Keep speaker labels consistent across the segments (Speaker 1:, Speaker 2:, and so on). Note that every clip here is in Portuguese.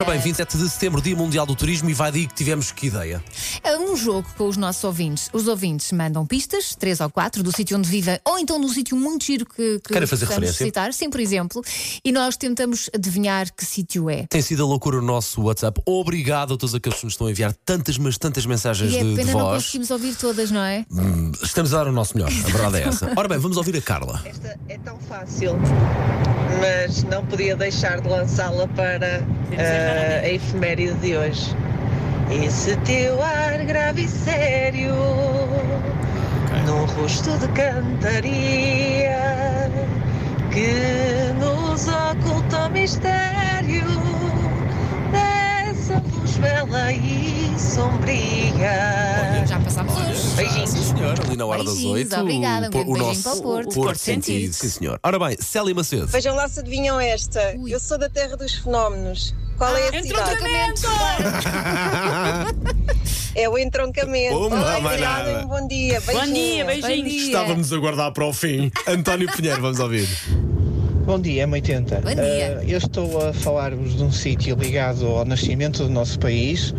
Speaker 1: Ora Bem, 27 de setembro, Dia Mundial do Turismo, e vai daí que tivemos que ideia.
Speaker 2: É um jogo com os nossos ouvintes. Os ouvintes mandam pistas, três ou quatro, do sítio onde vivem, ou então de um sítio muito giro que, que
Speaker 1: Querem fazer
Speaker 2: possamos
Speaker 1: referência?
Speaker 2: citar, sim, por exemplo, e nós tentamos adivinhar que sítio é.
Speaker 1: Tem sido a loucura o nosso WhatsApp. Obrigado a todos aqueles que nos estão a enviar tantas, mas tantas mensagens
Speaker 2: E é
Speaker 1: de, de
Speaker 2: pena não
Speaker 1: voz. Hum,
Speaker 2: conseguimos ouvir todas, não é?
Speaker 1: Estamos a dar o nosso melhor, a verdade é essa. Ora bem, vamos ouvir a Carla.
Speaker 3: Esta é tão fácil, mas não podia deixar de lançá-la para ah, a efeméride de hoje. Esse teu ar grave e sério, num rosto de cantaria, que nos oculta o mistério dessa luz bela e sombria.
Speaker 2: Já passámos hoje.
Speaker 3: Beijinhos.
Speaker 1: Sim, senhor, ali na hora das
Speaker 2: Beijinhos,
Speaker 1: oito.
Speaker 2: obrigada, um
Speaker 1: por-
Speaker 2: grande
Speaker 1: o
Speaker 2: beijinho
Speaker 1: nosso
Speaker 2: para o Porto. Porto
Speaker 1: Sentido,
Speaker 2: Sentido.
Speaker 1: sim, senhor. Ora bem, Célia Macedo.
Speaker 4: Vejam lá se adivinham esta.
Speaker 2: Ui.
Speaker 4: Eu sou da terra dos fenómenos. Qual é a cidade? É o entroncamento.
Speaker 1: Uma
Speaker 4: Olá,
Speaker 1: banana.
Speaker 4: obrigada e um bom dia.
Speaker 5: Bom dia, beijinhos.
Speaker 1: a guardar para o fim. António Pinheiro, vamos ouvir.
Speaker 6: Bom dia, M80.
Speaker 2: Bom dia.
Speaker 6: Eh, eu estou a falar-vos de um sítio ligado ao nascimento do nosso país,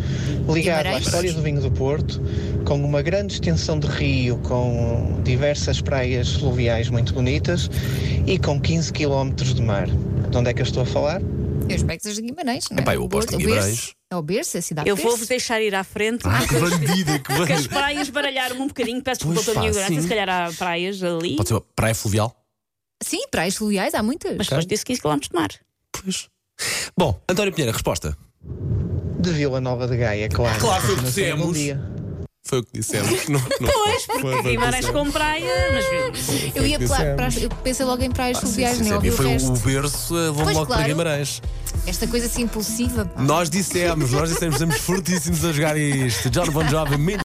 Speaker 6: ligado à
Speaker 2: Guimarães.
Speaker 6: história do vinho do Porto, com uma grande extensão de rio, com diversas praias fluviais muito bonitas e com 15 quilómetros de mar. De onde é que eu estou a falar?
Speaker 2: Eu espero que seja de Guimarães, não é?
Speaker 1: Epá, eu aposto em
Speaker 2: O berço.
Speaker 1: Guimarães.
Speaker 2: É o berço, é a
Speaker 1: Tá
Speaker 2: cidade
Speaker 5: Eu
Speaker 2: de berço.
Speaker 5: vou-vos deixar ir à frente.
Speaker 2: Ah,
Speaker 1: Que bandida, que
Speaker 5: Porque as
Speaker 1: bandida.
Speaker 5: praias baralharam-me um bocadinho, peço
Speaker 1: Ah, Pois
Speaker 5: desculpa pela minha
Speaker 1: pá,
Speaker 5: ignorância,
Speaker 1: sim.
Speaker 5: se calhar há praias ali,
Speaker 1: Pode ser uma praia fluvial?
Speaker 2: Sim, praias fluviais, há muitas.
Speaker 5: mas depois disse 15 km de mar.
Speaker 1: Pois. Bom, António Pinheiro, resposta.
Speaker 6: De Vila Nova de Gaia, claro.
Speaker 1: Claro, foi o que
Speaker 6: Continuação de Bom
Speaker 1: dissemos.
Speaker 6: dia.
Speaker 1: Foi o que dissemos. Não, não pois, porque
Speaker 5: Guimarães com praia, mas
Speaker 2: eu ia pela, pra- eu pensei logo em praias fluviais,
Speaker 1: Ah, Sim, sim,
Speaker 2: não é?
Speaker 1: sim.
Speaker 2: ouvi
Speaker 1: E
Speaker 2: o
Speaker 1: foi
Speaker 2: resto.
Speaker 1: o berço, eh, vamos
Speaker 2: Pois,
Speaker 1: logo para
Speaker 2: claro.
Speaker 1: Guimarães.
Speaker 2: Esta coisa assim impulsiva, pá.
Speaker 1: Nós dissemos, nós dissemos, estamos fortíssimos a jogar isto. John Bon Jovi, Midnight